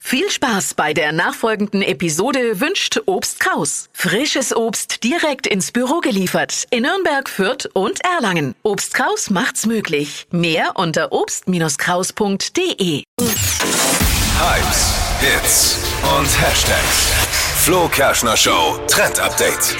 Viel Spaß bei der nachfolgenden Episode wünscht Obst Kraus. Frisches Obst direkt ins Büro geliefert in Nürnberg, Fürth und Erlangen. Obst Kraus macht's möglich. Mehr unter obst-kraus.de. Hypes, Hits und Hashtags. Flo Kerschner Show Trend Update.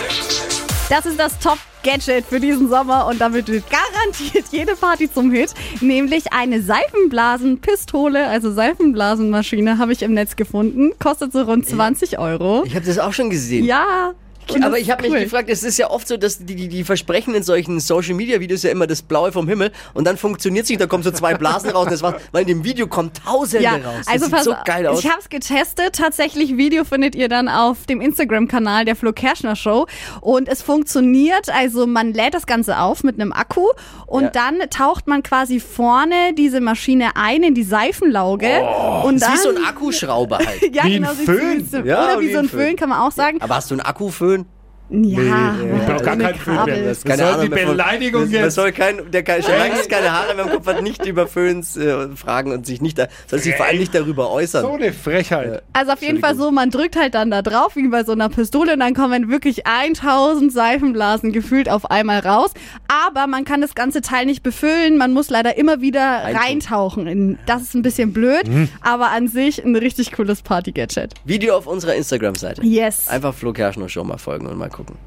Das ist das Top Gadget für diesen Sommer und damit wird garantiert jede Party zum Hit, nämlich eine Seifenblasenpistole, also Seifenblasenmaschine, habe ich im Netz gefunden. Kostet so rund 20 Euro. Ich habe das auch schon gesehen. Ja. und Aber das ich habe ist mich gefragt, es ist ja oft so, dass die, die, die versprechen in solchen Social Media Videos ja immer das Blaue vom Himmel und dann funktioniert es nicht, da kommen so zwei Blasen raus. und Das war, weil in dem Video kommen Tausende Ja, raus. Das also sieht pass, so geil aus. ich habe es getestet. Tatsächlich Video findet ihr dann auf dem Instagram-Kanal der Flo Kerschner Show und es funktioniert. Also man lädt das Ganze auf mit einem Akku und Ja. dann taucht man quasi vorne diese Maschine ein in die Seifenlauge und das dann Oh, ist wie so ein Akkuschrauber halt. ja, Wie ein genau, sieht Föhn. so- Ja, oder wie wie so ein ein Föhn, Föhn. kann man auch sagen. Aber hast du einen Akkuföhn? Ja, Ich bin auch gar ohne kein Föhn Kabel. mehr. Das Keine soll Ahnung, die wer von- Beleidigung das, Man jetzt. soll kein, der kein, schon längst keine Haare mehr im Kopf hat, nicht über Föhns äh, fragen und sich nicht, da, soll sich vor allem nicht darüber äußern. So eine Frechheit. Also auf jeden Fall so, man drückt halt dann da drauf, wie bei so einer Pistole, und dann kommen wirklich 1000 Seifenblasen gefühlt auf einmal raus. Aber man kann das ganze Teil nicht befüllen, man muss leider immer wieder reintauchen. In, das ist ein bisschen blöd, aber an sich ein richtig cooles Party-Gadget. Video auf unserer Instagram-Seite. Yes. Einfach Flo Kerschner Show mal folgen und mal gucken.